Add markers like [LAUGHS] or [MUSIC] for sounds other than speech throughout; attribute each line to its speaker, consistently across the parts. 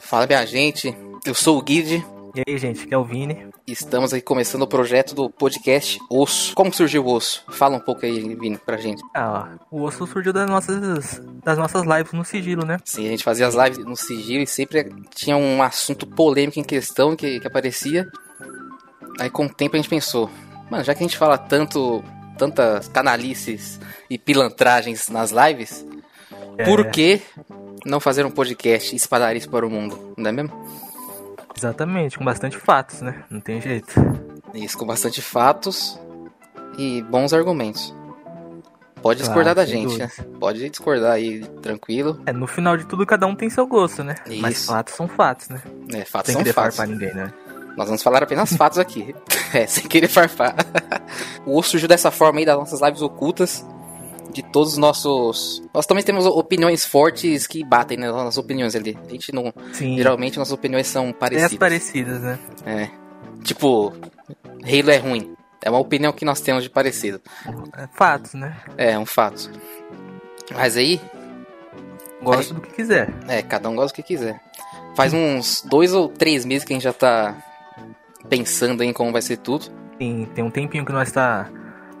Speaker 1: Fala, minha gente. Eu sou o Guide.
Speaker 2: E aí, gente, que é o Vini.
Speaker 1: Estamos aqui começando o projeto do podcast Osso. Como surgiu o Osso? Fala um pouco aí, Vini, pra gente.
Speaker 2: Ah, ó, o osso surgiu das nossas, das nossas lives no sigilo, né?
Speaker 1: Sim, a gente fazia as lives no sigilo e sempre tinha um assunto polêmico em questão que, que aparecia. Aí com o tempo a gente pensou, mano, já que a gente fala tanto, tantas canalices e pilantragens nas lives,
Speaker 2: É,
Speaker 1: por que não fazer um podcast e espalhar isso para o mundo? Não é mesmo?
Speaker 2: Exatamente, com bastante fatos, né? Não tem jeito.
Speaker 1: Isso com bastante fatos e bons argumentos. Pode
Speaker 2: Claro,
Speaker 1: discordar da
Speaker 2: Ah, sem
Speaker 1: gente, né?
Speaker 2: dúvidas.
Speaker 1: Pode discordar aí, tranquilo.
Speaker 2: É, no final de tudo, cada um tem seu gosto, né?
Speaker 1: Isso.
Speaker 2: Mas fatos são fatos, né?
Speaker 1: É, fatos
Speaker 2: Sem
Speaker 1: são
Speaker 2: querer
Speaker 1: fatos.
Speaker 2: farpar ninguém, né?
Speaker 1: Nós vamos falar
Speaker 2: [LAUGHS]
Speaker 1: apenas fatos aqui. É, sem querer farpar. [LAUGHS] o osso surgiu dessa forma aí das nossas lives ocultas. De todos os nossos. Nós também temos opiniões fortes que batem né, nas nossas opiniões ali. A gente não.
Speaker 2: Sim,
Speaker 1: Geralmente nossas opiniões são
Speaker 2: tem as
Speaker 1: parecidas.
Speaker 2: parecidas, né?
Speaker 1: Tipo, Halo é ruim. É uma opinião que nós temos de parecido.
Speaker 2: É, Fatos, né?
Speaker 1: É, um fato. Mas aí,
Speaker 2: Gosto do que quiser.
Speaker 1: É, cada um gosta do que quiser. Faz uns dois ou três meses que a gente já tá pensando em como vai ser tudo.
Speaker 2: Sim, tem um tempinho que nós tá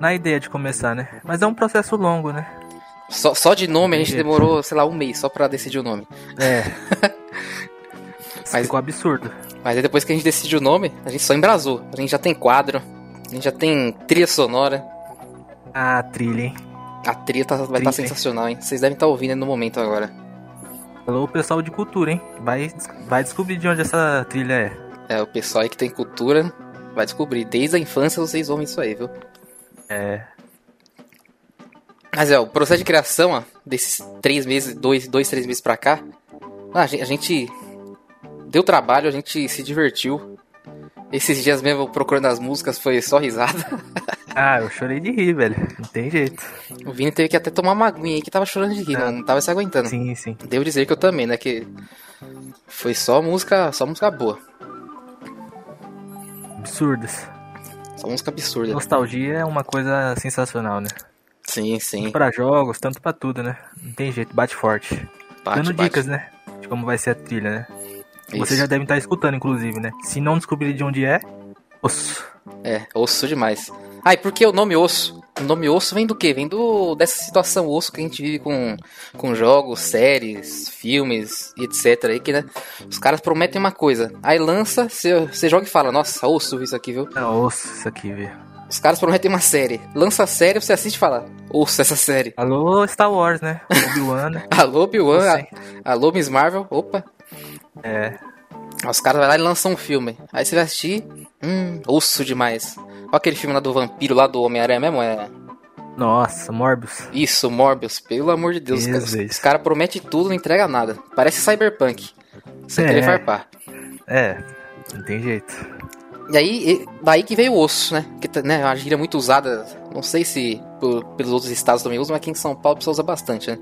Speaker 2: na ideia de começar, né? Mas é um processo longo, né?
Speaker 1: Só, só de nome a gente demorou, sei lá, um mês só pra decidir o nome.
Speaker 2: É.
Speaker 1: Mas-
Speaker 2: [LAUGHS] Ficou absurdo.
Speaker 1: Mas aí depois que a gente decide o nome, a gente só embrasou. A gente já tem quadro, a gente já tem trilha sonora.
Speaker 2: Ah, trilha, hein?
Speaker 1: A trilha tá- vai estar
Speaker 2: Trilha, hein?
Speaker 1: sensacional, hein? Vocês devem estar ouvindo no momento agora.
Speaker 2: Alô, pessoal de cultura, hein? Vai, vai descobrir de onde essa trilha é.
Speaker 1: É, o pessoal aí que tem cultura vai descobrir. Desde a infância vocês ouvem isso aí, viu?
Speaker 2: É.
Speaker 1: Mas é, o processo de criação, ó, desses três meses, dois, dois três meses pra cá, ah, a gen- a gente, deu trabalho, a gente se divertiu. Esses dias mesmo eu procurando as músicas foi só risada.
Speaker 2: Ah, eu chorei de rir, velho. Não tem jeito.
Speaker 1: O Vini teve que até tomar uma aguinha aí que tava chorando de rir, não, não tava se aguentando.
Speaker 2: É. Sim, sim.
Speaker 1: Devo dizer que eu também, né? Que foi só música, só música boa,
Speaker 2: Absurdas.
Speaker 1: só música absurda.
Speaker 2: Nostalgia é uma coisa sensacional, né?
Speaker 1: Sim, sim.
Speaker 2: Tanto pra jogos, tanto pra tudo, né? Não tem jeito, bate forte.
Speaker 1: Bate,
Speaker 2: Dando
Speaker 1: bate.
Speaker 2: dicas, né? De como vai ser a trilha, né?
Speaker 1: Isso.
Speaker 2: Vocês já devem estar escutando, inclusive, né? Se não descobrir de onde é, osso.
Speaker 1: É, osso demais. Ah, e por que o nome osso? O nome osso vem do quê? Vem do, dessa situação osso que a gente vive com, com jogos, séries, filmes e etc. Aí que, né, os caras prometem uma coisa. Aí lança, você você joga e fala, nossa, osso isso aqui, viu?
Speaker 2: É osso isso aqui, velho.
Speaker 1: Os caras prometem uma série. Lança a série, você assiste e fala, osso essa série. [LAUGHS]
Speaker 2: Alô, Star Wars, né? Obi-Wan, né?
Speaker 1: Alô,
Speaker 2: Não
Speaker 1: Biwan,
Speaker 2: sei.
Speaker 1: alô, Miss Marvel, opa.
Speaker 2: É,
Speaker 1: Os caras vão lá e lançam um filme. Aí você vai assistir, hum, osso demais. Olha aquele filme lá do vampiro, lá do Homem-Aranha mesmo, é...
Speaker 2: nossa, Morbius.
Speaker 1: Isso, Morbius, pelo amor de Deus.
Speaker 2: Isso,
Speaker 1: os caras
Speaker 2: isso.
Speaker 1: cara prometem tudo, não entrega nada. Parece Cyberpunk. Sem
Speaker 2: É.
Speaker 1: querer farpar.
Speaker 2: É, não tem jeito.
Speaker 1: E aí, e- daí que veio o osso, né? Que tá- né, é uma gíria muito usada. Não sei se por- pelos outros estados também usam, mas aqui em São Paulo precisa usar bastante, né?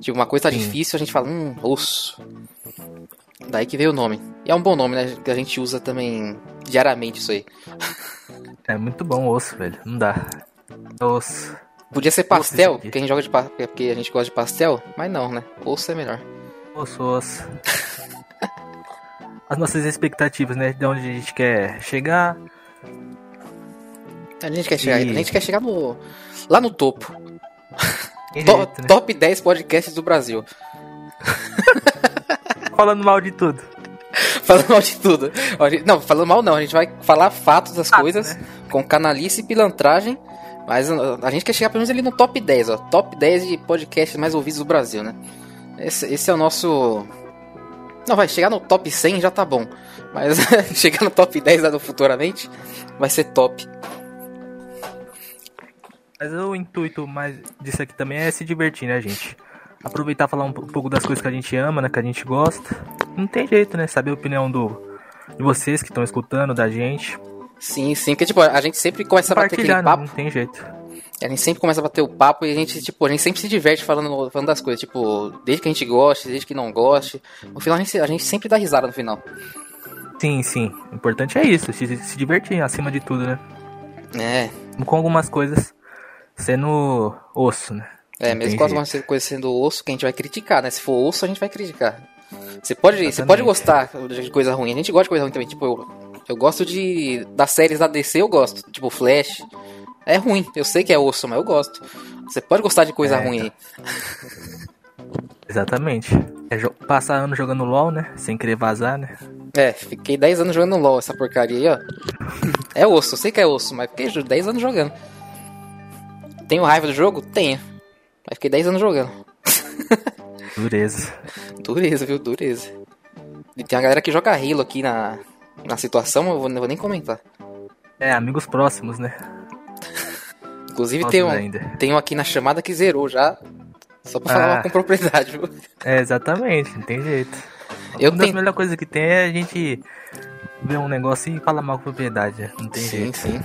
Speaker 1: Tipo, uma coisa tá
Speaker 2: Sim.
Speaker 1: difícil, a gente fala, hum, osso. Daí que veio o nome. E é um bom nome, né? Que a gente usa também diariamente isso aí.
Speaker 2: É muito bom o osso, velho. Não dá. É osso.
Speaker 1: Podia ser
Speaker 2: Osso
Speaker 1: pastel,
Speaker 2: isso aqui.
Speaker 1: porque a gente joga de pa- é porque a gente gosta de pastel, mas não, né? Osso é melhor.
Speaker 2: Osso, osso. As nossas expectativas, né? De onde a gente quer chegar.
Speaker 1: A gente quer chegar,
Speaker 2: E-
Speaker 1: a gente quer chegar no lá no topo.
Speaker 2: Tem
Speaker 1: To-
Speaker 2: jeito, né?
Speaker 1: Top 10 podcasts do Brasil. [LAUGHS]
Speaker 2: Falando mal de tudo.
Speaker 1: Falando mal de tudo. A gente- Não, falando mal não. A gente vai falar fatos das
Speaker 2: Fato,
Speaker 1: coisas com canalice e pilantragem. Mas uh, a gente quer chegar pelo menos ali no top 10, ó. Top 10 de podcasts mais ouvidos do Brasil, né? Esse, esse é o nosso. Não, vai chegar no top 100 já tá bom. Mas [LAUGHS] chegar no top 10 lá no futuramente vai ser top.
Speaker 2: Mas o intuito mais disso aqui também é se divertir, né, gente? Aproveitar e falar um p- pouco das coisas que a gente ama, né? Que a gente gosta. Não tem jeito, né? Saber a opinião do de vocês que estão escutando, da gente.
Speaker 1: Sim, sim. Porque, tipo, a gente sempre começa a bater aquele
Speaker 2: Compartilhar, não,
Speaker 1: papo.
Speaker 2: não tem jeito.
Speaker 1: A gente sempre começa a bater o papo e a gente, tipo, a gente sempre se diverte falando, falando das coisas, tipo, desde que a gente goste, desde que não goste. No final a gente, a gente sempre dá risada no final.
Speaker 2: Sim, sim. O importante é isso, se, se divertir acima de tudo, né?
Speaker 1: É,
Speaker 2: Com algumas coisas sendo osso, né?
Speaker 1: é
Speaker 2: Não
Speaker 1: mesmo
Speaker 2: tem
Speaker 1: com
Speaker 2: jeito.
Speaker 1: algumas coisas sendo osso que a gente vai criticar, né? Se for osso, a gente vai criticar. Você pode, você pode gostar de coisa ruim. A gente gosta de coisa ruim também. Tipo, eu, eu gosto de. Das séries da DC eu gosto. Tipo, Flash. É ruim. Eu sei que é osso, mas eu gosto. Você pode gostar de coisa
Speaker 2: É,
Speaker 1: ruim aí.
Speaker 2: Exatamente. É jo- passar ano jogando LOL, né? Sem querer vazar, né?
Speaker 1: É, fiquei 10 anos jogando LOL, essa porcaria aí, ó. É osso, eu sei que é osso, mas fiquei 10 anos jogando. Tenho raiva do jogo? Tenho. Mas fiquei 10 anos jogando.
Speaker 2: Dureza.
Speaker 1: Dureza, viu? Dureza. E tem uma galera que joga Halo aqui na, na situação, eu vou, não vou nem comentar.
Speaker 2: É, amigos próximos, né?
Speaker 1: Inclusive tem
Speaker 2: Próximos
Speaker 1: um,
Speaker 2: ainda.
Speaker 1: tem um aqui na chamada que zerou já. Só pra
Speaker 2: Ah.
Speaker 1: falar com propriedade, viu?
Speaker 2: É, exatamente, não tem jeito.
Speaker 1: Eu
Speaker 2: Uma das
Speaker 1: tenho.
Speaker 2: melhores coisas que tem é a gente ver um negócio e falar mal com propriedade. né? Não tem
Speaker 1: Sim,
Speaker 2: jeito.
Speaker 1: sim.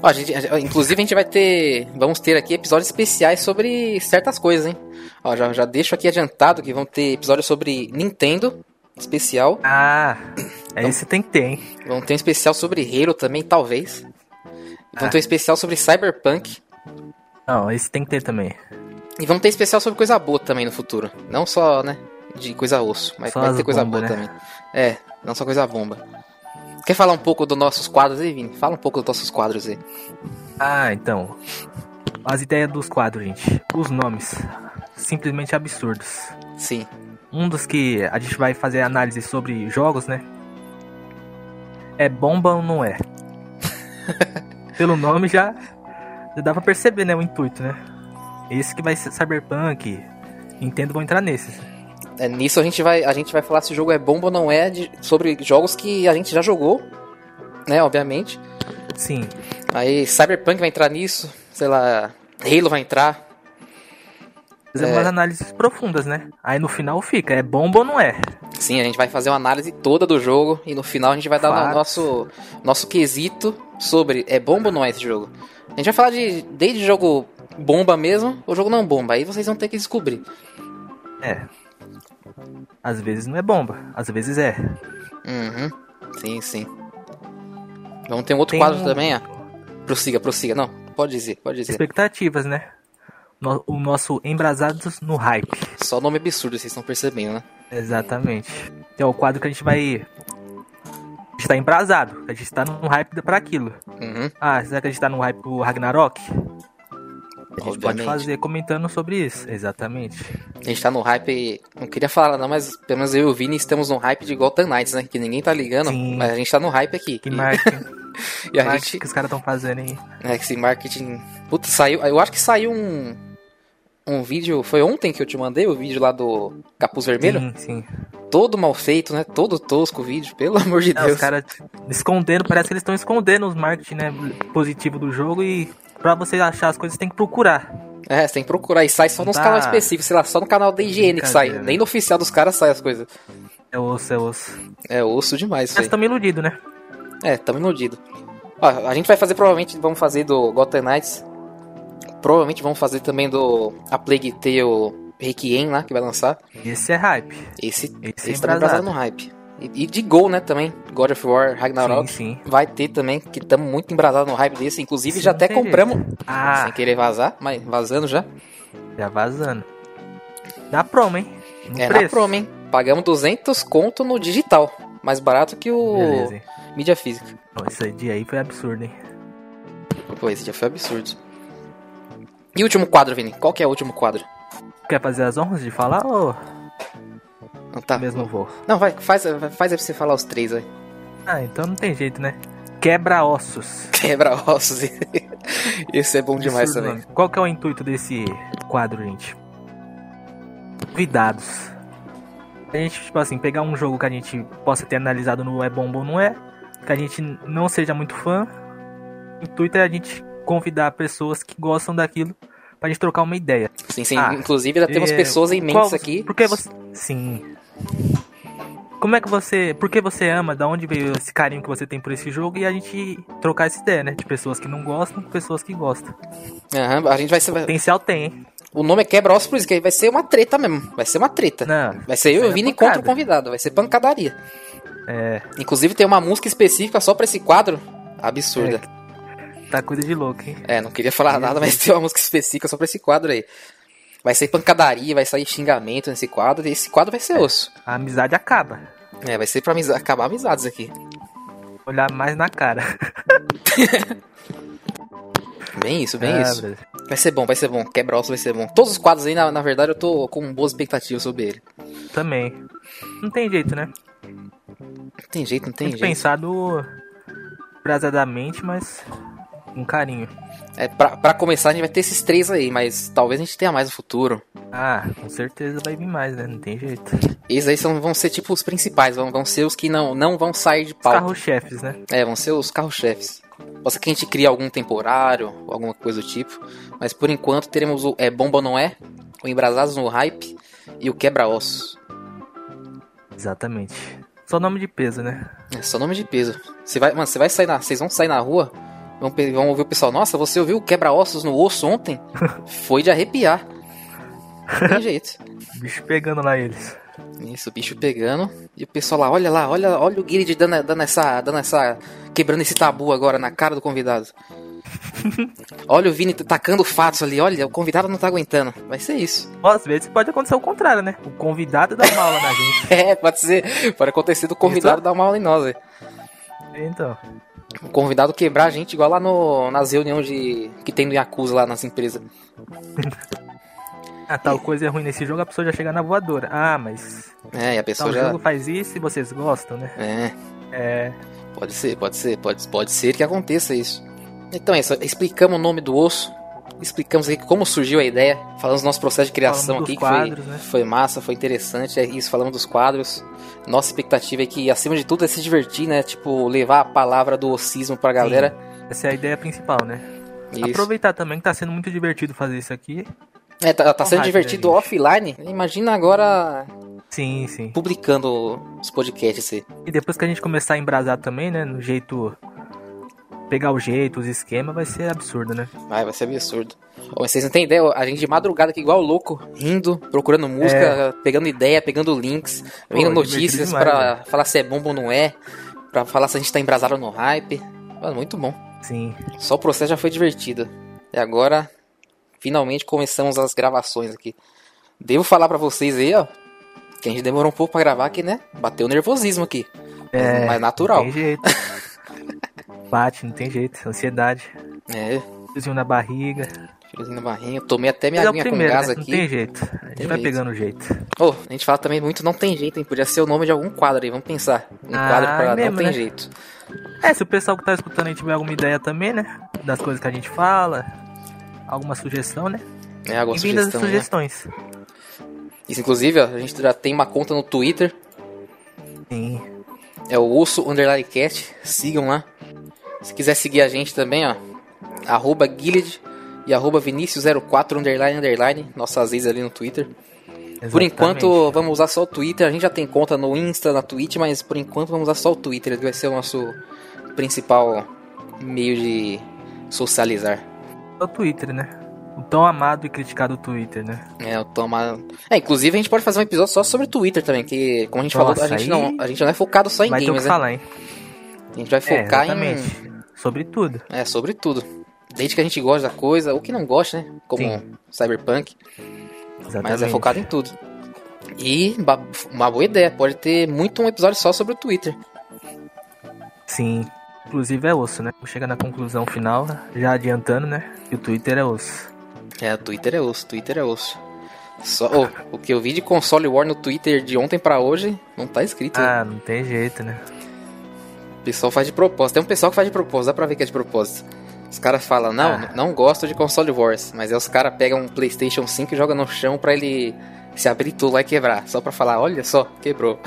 Speaker 1: Ó, a gente, a- inclusive a gente vai ter. Vamos ter aqui episódios especiais sobre certas coisas, hein? Ó, já, já deixo aqui adiantado que vão ter episódios sobre Nintendo especial.
Speaker 2: Ah, é
Speaker 1: Então-
Speaker 2: isso tem que ter, hein?
Speaker 1: Vão ter um especial sobre Halo também, talvez. Vão
Speaker 2: Ah.
Speaker 1: ter um especial sobre Cyberpunk.
Speaker 2: Não, esse tem que ter também.
Speaker 1: E vamos ter especial sobre coisa boa também no futuro. Não só, né? De coisa osso, mas
Speaker 2: Só
Speaker 1: vai
Speaker 2: as
Speaker 1: ter coisa
Speaker 2: bomba,
Speaker 1: boa
Speaker 2: né?
Speaker 1: também. É, não só coisa bomba. Quer falar um pouco dos nossos quadros aí, Vini? Fala um pouco dos nossos quadros aí.
Speaker 2: Ah, então. As ideias dos quadros, gente. Os nomes. Simplesmente absurdos.
Speaker 1: Sim.
Speaker 2: Um dos que a gente vai fazer análise sobre jogos, né? É bomba ou não é? Pelo nome já, já dá pra perceber, né? O intuito, né? Esse que vai ser Cyberpunk. Nintendo vão entrar nesses.
Speaker 1: É, nisso a gente, vai, a gente vai falar se o jogo é bomba ou não é, de- sobre jogos que a gente já jogou, né, obviamente.
Speaker 2: Sim,
Speaker 1: Aí Cyberpunk vai entrar nisso, sei lá, Halo vai entrar.
Speaker 2: fazer umas análises profundas, né? Aí no final fica, é bomba ou não é?
Speaker 1: Sim, a gente vai fazer uma análise toda do jogo e no final a gente vai dar o
Speaker 2: Fato.
Speaker 1: nosso, nosso quesito sobre é bomba ou não é esse jogo. A gente vai falar de desde jogo bomba mesmo ou jogo não bomba, aí vocês vão ter que descobrir.
Speaker 2: É. Às vezes não é bomba, às vezes é.
Speaker 1: Uhum. Sim, sim. Vamos ter um outro
Speaker 2: Tem
Speaker 1: quadro
Speaker 2: um-
Speaker 1: também, ó. Prossiga, prossiga. Não, pode dizer, pode dizer.
Speaker 2: Expectativas, né? No- o nosso Embrasados no Hype.
Speaker 1: Só nome absurdo, vocês estão percebendo, né?
Speaker 2: Exatamente. Que é o quadro que a gente vai. A gente tá embrasado. A gente tá num hype pra aquilo.
Speaker 1: Uhum,
Speaker 2: Ah, será que a gente tá num hype pro Ragnarok? A gente pode
Speaker 1: obviamente.
Speaker 2: fazer comentando sobre isso. Exatamente.
Speaker 1: A gente tá no hype. Não queria falar, não, mas pelo menos eu e o Vini estamos no hype de Gotham Knights, né? Que ninguém tá ligando,
Speaker 2: Sim.
Speaker 1: mas a gente tá no hype aqui. [LAUGHS]
Speaker 2: Que
Speaker 1: E-
Speaker 2: marketing,
Speaker 1: e a
Speaker 2: marketing
Speaker 1: gente.
Speaker 2: que os caras estão fazendo aí.
Speaker 1: É, esse marketing. Puta, saiu. Eu acho que saiu um. Um vídeo. Foi ontem que eu te mandei o vídeo lá do Capuz Vermelho.
Speaker 2: Sim, sim.
Speaker 1: Todo mal feito, né? Todo tosco o vídeo, pelo amor de
Speaker 2: É,
Speaker 1: Deus.
Speaker 2: os caras escondendo, parece que eles estão escondendo os marketing né, positivo do jogo e pra você achar as coisas tem que procurar.
Speaker 1: É, você tem que procurar. E sai só nos
Speaker 2: Tá.
Speaker 1: canais específicos, sei lá, só no canal da higiene que sai.
Speaker 2: Brincadeira.
Speaker 1: Nem no oficial dos caras sai as coisas.
Speaker 2: É osso, é osso.
Speaker 1: É osso demais isso
Speaker 2: Mas
Speaker 1: aí.
Speaker 2: estamos iludidos, né?
Speaker 1: É, tamo iludido. Ó, a gente vai fazer, provavelmente, vamos fazer do Gotham Knights. Provavelmente vamos fazer também do A Plague Tale Requiem lá, que vai lançar.
Speaker 2: Esse é hype.
Speaker 1: Esse, esse,
Speaker 2: Esse, é
Speaker 1: tá embrasado
Speaker 2: embrasado.
Speaker 1: no hype. E, e de Gol, né, também. God of War,
Speaker 2: Sim,
Speaker 1: Ragnarok.
Speaker 2: sim.
Speaker 1: Vai ter também, que tamo muito embrasado no hype desse. Inclusive,
Speaker 2: Sim,
Speaker 1: já até
Speaker 2: não tem
Speaker 1: compramos.
Speaker 2: Ah,
Speaker 1: Sem querer vazar, mas vazando já.
Speaker 2: Já vazando. Na promo, hein? No
Speaker 1: é na
Speaker 2: Um preço.
Speaker 1: promo, hein. Pagamos 200 conto no digital. Mais barato que o
Speaker 2: Beleza, hein?
Speaker 1: mídia física.
Speaker 2: Não, esse dia aí foi absurdo, hein?
Speaker 1: Pô, esse já foi absurdo. E o último quadro, Vini? Qual que é o último quadro?
Speaker 2: Quer fazer as honras de falar ou
Speaker 1: Não, tá.
Speaker 2: mesmo vou?
Speaker 1: Não, vai, faz, faz aí pra você falar os três aí.
Speaker 2: Ah, então não tem jeito, né? Quebra ossos.
Speaker 1: [LAUGHS] Quebra ossos. [LAUGHS] Isso é bom demais
Speaker 2: Absurdo,
Speaker 1: também.
Speaker 2: mano. Qual que é o intuito desse quadro, gente? Convidados. A gente, tipo assim, pegar um jogo que a gente possa ter analisado no É Bom ou Não É, que a gente não seja muito fã. O intuito é a gente convidar pessoas que gostam daquilo pra gente trocar uma ideia.
Speaker 1: Sim, sim.
Speaker 2: Ah,
Speaker 1: Inclusive, já temos
Speaker 2: É,
Speaker 1: pessoas em
Speaker 2: qual-
Speaker 1: mentes aqui.
Speaker 2: Por que você. Sim. Como é que você. Por que você ama? Da onde veio esse carinho que você tem por esse jogo? E a gente trocar essa ideia, né? De pessoas que não gostam, pessoas que gostam.
Speaker 1: Tá. Aham, a gente vai ser...
Speaker 2: Potencial tem, hein?
Speaker 1: O nome é quebra ossos por isso, que aí vai ser uma treta mesmo. Vai ser uma treta.
Speaker 2: Não.
Speaker 1: Vai ser eu e
Speaker 2: Vai
Speaker 1: o
Speaker 2: na
Speaker 1: Vini
Speaker 2: pancada.
Speaker 1: contra o convidado. Vai ser pancadaria.
Speaker 2: É.
Speaker 1: Inclusive, tem uma música específica só pra esse quadro. Absurda.
Speaker 2: Tá coisa de louco, hein?
Speaker 1: É, não queria falar nada, mas tem uma música específica só pra esse quadro aí. Vai sair pancadaria, vai sair xingamento nesse quadro, e esse quadro vai
Speaker 2: É.
Speaker 1: ser osso.
Speaker 2: A amizade acaba.
Speaker 1: É, vai ser pra amiza- acabar amizades aqui.
Speaker 2: Olhar mais na cara.
Speaker 1: Bem isso, bem
Speaker 2: Ah,
Speaker 1: isso.
Speaker 2: Brasil.
Speaker 1: Vai ser bom, vai ser bom. Quebra osso vai ser bom. Todos os quadros aí, na, na verdade, eu tô com boas expectativas sobre ele.
Speaker 2: Também. Não tem jeito, né?
Speaker 1: Não tem jeito, não tem
Speaker 2: Tem que
Speaker 1: jeito.
Speaker 2: pensar do. Brasadamente, mas. Com carinho.
Speaker 1: É, pra, pra começar, a gente vai ter esses três aí, mas talvez a gente tenha mais no futuro.
Speaker 2: Ah, com certeza vai vir mais, né? Não tem jeito.
Speaker 1: Esses aí são, vão ser tipo os principais, vão, vão ser os que não, não vão sair de
Speaker 2: Os
Speaker 1: pauta.
Speaker 2: carros-chefes, né?
Speaker 1: É, vão ser os carro-chefes. Pode ser que a gente crie algum temporário, ou alguma coisa do tipo. Mas por enquanto teremos o é, Bomba Não É, o Embrasados no Hype e o Quebra-Osso.
Speaker 2: Exatamente. Só nome de peso, né?
Speaker 1: É só nome de peso. Você vai, mano, você vai sair na. Vocês vão sair na rua, vão, pe- vão ouvir o pessoal, nossa, você ouviu o Quebra-Ossos no osso ontem? Foi de arrepiar. Não tem jeito.
Speaker 2: Bicho pegando lá eles.
Speaker 1: Isso, o bicho pegando. E o pessoal lá, olha lá, olha, olha o Guilherme dando, dando essa. dando essa. quebrando esse tabu agora na cara do convidado. olha o Vini tacando fatos ali, olha, o convidado não tá aguentando. Vai ser isso. [LAUGHS]
Speaker 2: Ó, Às vezes pode acontecer o contrário, né? O convidado dá uma aula na gente.
Speaker 1: É, pode ser. Pode acontecer do convidado dar uma aula em nós. é.
Speaker 2: Então.
Speaker 1: O convidado quebrar a gente igual lá no, nas reuniões de. que tem no Yakuza lá nas empresas.
Speaker 2: Ah, tal coisa é ruim nesse jogo, a pessoa já chega na voadora. Ah, mas.
Speaker 1: É, e a pessoa
Speaker 2: Tal
Speaker 1: já.
Speaker 2: Tá um jogo faz isso e vocês gostam, né?
Speaker 1: É.
Speaker 2: É.
Speaker 1: Pode ser, pode ser, pode, pode ser que aconteça isso. Então é isso, explicamos o nome do osso, explicamos aqui como surgiu a ideia, falamos do nosso processo de criação
Speaker 2: Falamos
Speaker 1: aqui,
Speaker 2: dos
Speaker 1: que
Speaker 2: quadros,
Speaker 1: foi,
Speaker 2: né?
Speaker 1: foi massa, foi interessante, é isso, falamos dos quadros. Nossa expectativa é que, acima de tudo, é se divertir, né? Tipo, levar a palavra do ossismo pra galera.
Speaker 2: Essa é a ideia principal, né?
Speaker 1: Isso.
Speaker 2: Aproveitar também que tá sendo muito divertido fazer isso aqui.
Speaker 1: É, tá, tá
Speaker 2: Com
Speaker 1: sendo
Speaker 2: hype,
Speaker 1: divertido
Speaker 2: né,
Speaker 1: offline. Imagina agora
Speaker 2: Sim, sim.
Speaker 1: publicando os podcasts aí.
Speaker 2: E depois que a gente começar a embrasar também, né? No jeito. Pegar o jeito, os esquemas, vai ser absurdo, né?
Speaker 1: Vai, vai ser absurdo. Ô, mas vocês não têm ideia, a gente de madrugada aqui igual louco, rindo, procurando música, pegando ideia, pegando links, vendo
Speaker 2: É. divertido
Speaker 1: notícias
Speaker 2: demais,
Speaker 1: pra falar se é bom ou não é, pra falar se a gente tá embrasado no hype. Mano, muito bom.
Speaker 2: Sim.
Speaker 1: Só o processo já foi divertido. E agora, finalmente começamos as gravações aqui. Devo falar pra vocês aí, ó, que a gente demorou um pouco pra gravar aqui, né? Bateu o nervosismo aqui. É, mas natural.
Speaker 2: Não tem
Speaker 1: [LAUGHS]
Speaker 2: jeito. Bate, não tem jeito. Ansiedade.
Speaker 1: É,
Speaker 2: Friozinho na barriga.
Speaker 1: friozinho na barrinha. Tomei até minha
Speaker 2: Mas é o
Speaker 1: aguinha com
Speaker 2: primeiro,
Speaker 1: gás
Speaker 2: né? Não
Speaker 1: aqui. É
Speaker 2: tem jeito. A gente
Speaker 1: Tem
Speaker 2: vai
Speaker 1: jeito.
Speaker 2: pegando o jeito.
Speaker 1: Ô, a gente fala também muito não tem jeito, hein? Podia ser o nome de algum quadro aí, vamos pensar. Um
Speaker 2: Ah,
Speaker 1: quadro pra
Speaker 2: é mesmo,
Speaker 1: não tem
Speaker 2: né?
Speaker 1: jeito.
Speaker 2: É, se o pessoal que tá escutando aí tiver alguma ideia também, né? Das coisas que a gente fala, alguma sugestão, né?
Speaker 1: É alguma
Speaker 2: Bem-vindas
Speaker 1: sugestão,
Speaker 2: as
Speaker 1: né?
Speaker 2: sugestões.
Speaker 1: Isso, inclusive, ó, a gente já tem uma conta no Twitter,
Speaker 2: Sim.
Speaker 1: é o osso underline cat, sigam lá. Se quiser seguir a gente também, ó, arroba guilid e arroba vinicius04 underline underline, nossas vezes ali no Twitter. Por enquanto, vamos usar só o Twitter, a gente já tem conta no Insta, na Twitch, mas por enquanto vamos usar só o Twitter, ele vai ser o nosso principal meio de socializar.
Speaker 2: É o Twitter, né? O tão amado e criticado Twitter, né?
Speaker 1: É, o Toma. É, inclusive a gente pode fazer um episódio só sobre Twitter também, que como a gente falou, a
Speaker 2: Nossa,
Speaker 1: gente,
Speaker 2: aí
Speaker 1: não, a gente não é focado só em
Speaker 2: vai ter o que
Speaker 1: games, né?
Speaker 2: falar, hein?
Speaker 1: A gente vai focar
Speaker 2: é,
Speaker 1: em.
Speaker 2: exatamente. Sobre tudo.
Speaker 1: É, sobre tudo. Desde que a gente gosta da coisa, ou que não gosta, né? Como
Speaker 2: Sim.
Speaker 1: Cyberpunk,
Speaker 2: Exatamente.
Speaker 1: mas é focado em tudo. E ba- uma boa ideia, pode ter muito um episódio só sobre o Twitter.
Speaker 2: Sim. Inclusive é osso, né? Chega na conclusão final, já adiantando, né? Que o Twitter é osso.
Speaker 1: É, o Twitter é osso, Twitter é osso. Só, ô, o que eu vi de console war no Twitter de ontem pra hoje, não tá escrito. né?
Speaker 2: Ah, não tem jeito, né?
Speaker 1: O pessoal faz de propósito. Tem um pessoal que faz de propósito, dá pra ver que é de propósito. Os caras falam, não,
Speaker 2: Ah.
Speaker 1: não gosto de console wars. Mas aí os caras pegam um Playstation 5 e jogam no chão pra ele se abrir tudo lá e quebrar. Só pra falar, olha só, quebrou.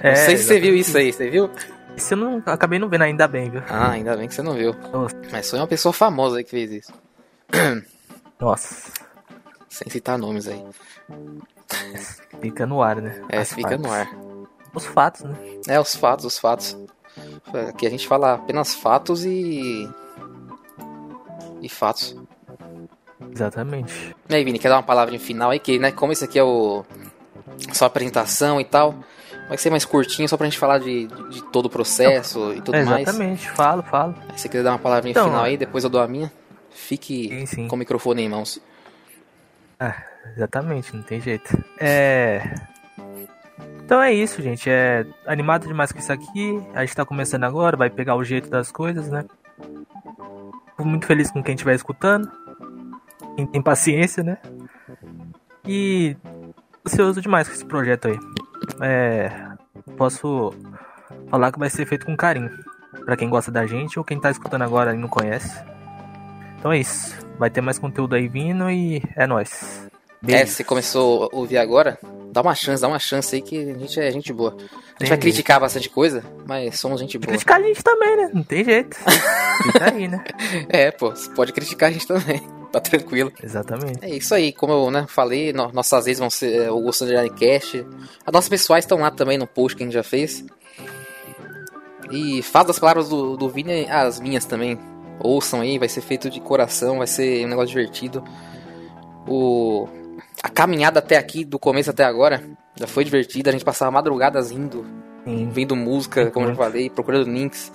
Speaker 2: É,
Speaker 1: não sei se você viu isso aí, você viu?
Speaker 2: Isso eu não acabei não vendo ainda bem, viu? É
Speaker 1: Ah, ainda bem que você não viu.
Speaker 2: Nossa.
Speaker 1: Mas foi uma pessoa famosa aí que fez isso.
Speaker 2: Nossa.
Speaker 1: Sem citar nomes aí.
Speaker 2: Fica no ar, né?
Speaker 1: É,
Speaker 2: As
Speaker 1: fica
Speaker 2: fatos.
Speaker 1: no ar.
Speaker 2: Os fatos, né?
Speaker 1: É, os fatos, os fatos. Aqui a gente fala apenas fatos e. E fatos.
Speaker 2: Exatamente.
Speaker 1: E aí, Né, Vini, quer dar uma palavra final aí? Que, né, como esse aqui é o. Sua apresentação e tal. Vai ser mais curtinho, só pra gente falar de, de todo o processo e tudo
Speaker 2: É,
Speaker 1: mais.
Speaker 2: exatamente, falo, falo.
Speaker 1: Se você quiser dar uma palavrinha
Speaker 2: Então,
Speaker 1: final
Speaker 2: ó.
Speaker 1: aí, depois eu dou a minha. Fique
Speaker 2: Sim, sim.
Speaker 1: com o microfone em mãos.
Speaker 2: Ah, exatamente, não tem jeito. É. Então é isso, gente. É animado demais com isso aqui. A gente tá começando agora, vai pegar o jeito das coisas, né? Fico muito feliz com quem estiver escutando. Quem tem paciência, né? E ansioso demais com esse projeto aí. É. Posso falar que vai ser feito com carinho. Pra quem gosta da gente ou quem tá escutando agora e não conhece. Então é isso. Vai ter mais conteúdo aí vindo e é nóis.
Speaker 1: É, se começou a ouvir agora, dá uma chance, dá uma chance aí que a gente é gente boa. A gente
Speaker 2: Tem
Speaker 1: vai
Speaker 2: jeito.
Speaker 1: criticar bastante coisa, mas somos gente
Speaker 2: [LAUGHS]
Speaker 1: boa.
Speaker 2: Criticar a gente também, né? Não tem jeito. Fica
Speaker 1: [LAUGHS]
Speaker 2: aí, né?
Speaker 1: É, pô, você pode criticar a gente também. [LAUGHS] Tá tranquilo.
Speaker 2: Exatamente.
Speaker 1: É isso aí, como eu né, falei, no- nossas redes vão ser é, o Gostando de Anecast. As nossas pessoais estão lá também no post que a gente já fez. E faz das palavras do, do Vini as minhas também. Ouçam aí, vai ser feito de coração, vai ser um negócio divertido. O, a caminhada até aqui, do começo até agora, já foi divertida. A gente passava madrugadas rindo,
Speaker 2: Sim.
Speaker 1: vendo música, como eu já falei, procurando links.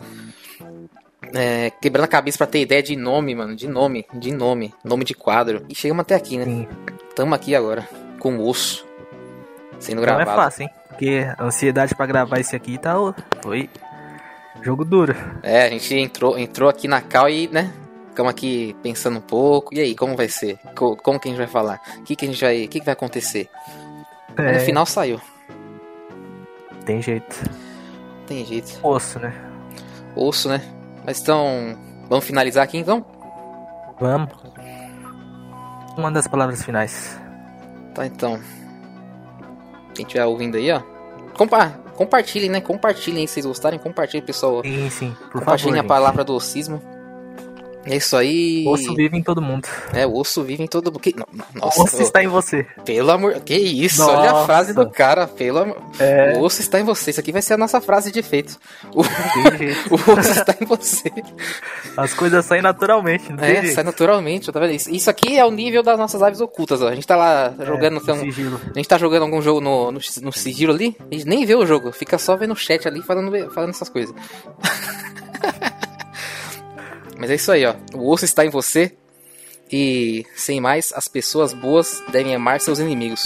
Speaker 1: É, quebrando a cabeça pra ter ideia de nome, mano. De nome, de nome, nome de quadro. E chegamos até aqui, né?
Speaker 2: Sim.
Speaker 1: Tamo aqui agora, com o osso. Sendo
Speaker 2: Não é
Speaker 1: gravado.
Speaker 2: fácil, hein? Porque a ansiedade pra gravar esse aqui tá. ô, Foi. Jogo duro.
Speaker 1: É, a gente entrou, entrou aqui na cal e, né? Ficamos aqui pensando um pouco. E aí, como vai ser? Co- como que a gente vai falar? O que, que a gente vai. O que, que vai acontecer? Mas
Speaker 2: É,
Speaker 1: No final saiu.
Speaker 2: Tem jeito.
Speaker 1: Tem jeito.
Speaker 2: Osso, né?
Speaker 1: Osso, né? Mas então. Vamos finalizar aqui então?
Speaker 2: Vamos. Uma das palavras finais.
Speaker 1: Tá então. Quem estiver ouvindo aí, ó. Compa compartilhem, né? Compartilhem aí se vocês gostarem. Compartilhem, pessoal.
Speaker 2: Sim, sim. Por favor.
Speaker 1: Compartilhem a
Speaker 2: gente.
Speaker 1: palavra do ocismo. É isso aí.
Speaker 2: Osso vive em todo mundo.
Speaker 1: É, o osso vive em todo mundo. Que- no- no- Nossa,
Speaker 2: Osso está
Speaker 1: [LAUGHS]
Speaker 2: em você.
Speaker 1: ô, pelo amor. Que isso, olha a
Speaker 2: Nossa.
Speaker 1: frase do cara. Pelo amor.
Speaker 2: É.
Speaker 1: O osso está em você. Isso aqui vai ser a nossa frase de efeito. O,
Speaker 2: Tem jeito.
Speaker 1: o
Speaker 2: [LAUGHS]
Speaker 1: osso está em você.
Speaker 2: As coisas saem naturalmente, não tem
Speaker 1: É,
Speaker 2: jeito.
Speaker 1: sai naturalmente, tá vendo? Isso, isso aqui é o nível das nossas lives ocultas, ó. A gente tá lá jogando.
Speaker 2: é,
Speaker 1: tem um-
Speaker 2: sigilo.
Speaker 1: a gente tá jogando algum jogo no, no, no sigilo ali, a gente nem vê o jogo, fica só vendo o chat ali falando, falando essas coisas. [LAUGHS] Mas é isso aí, ó. O osso está em você. E sem mais, as pessoas boas devem amar seus inimigos.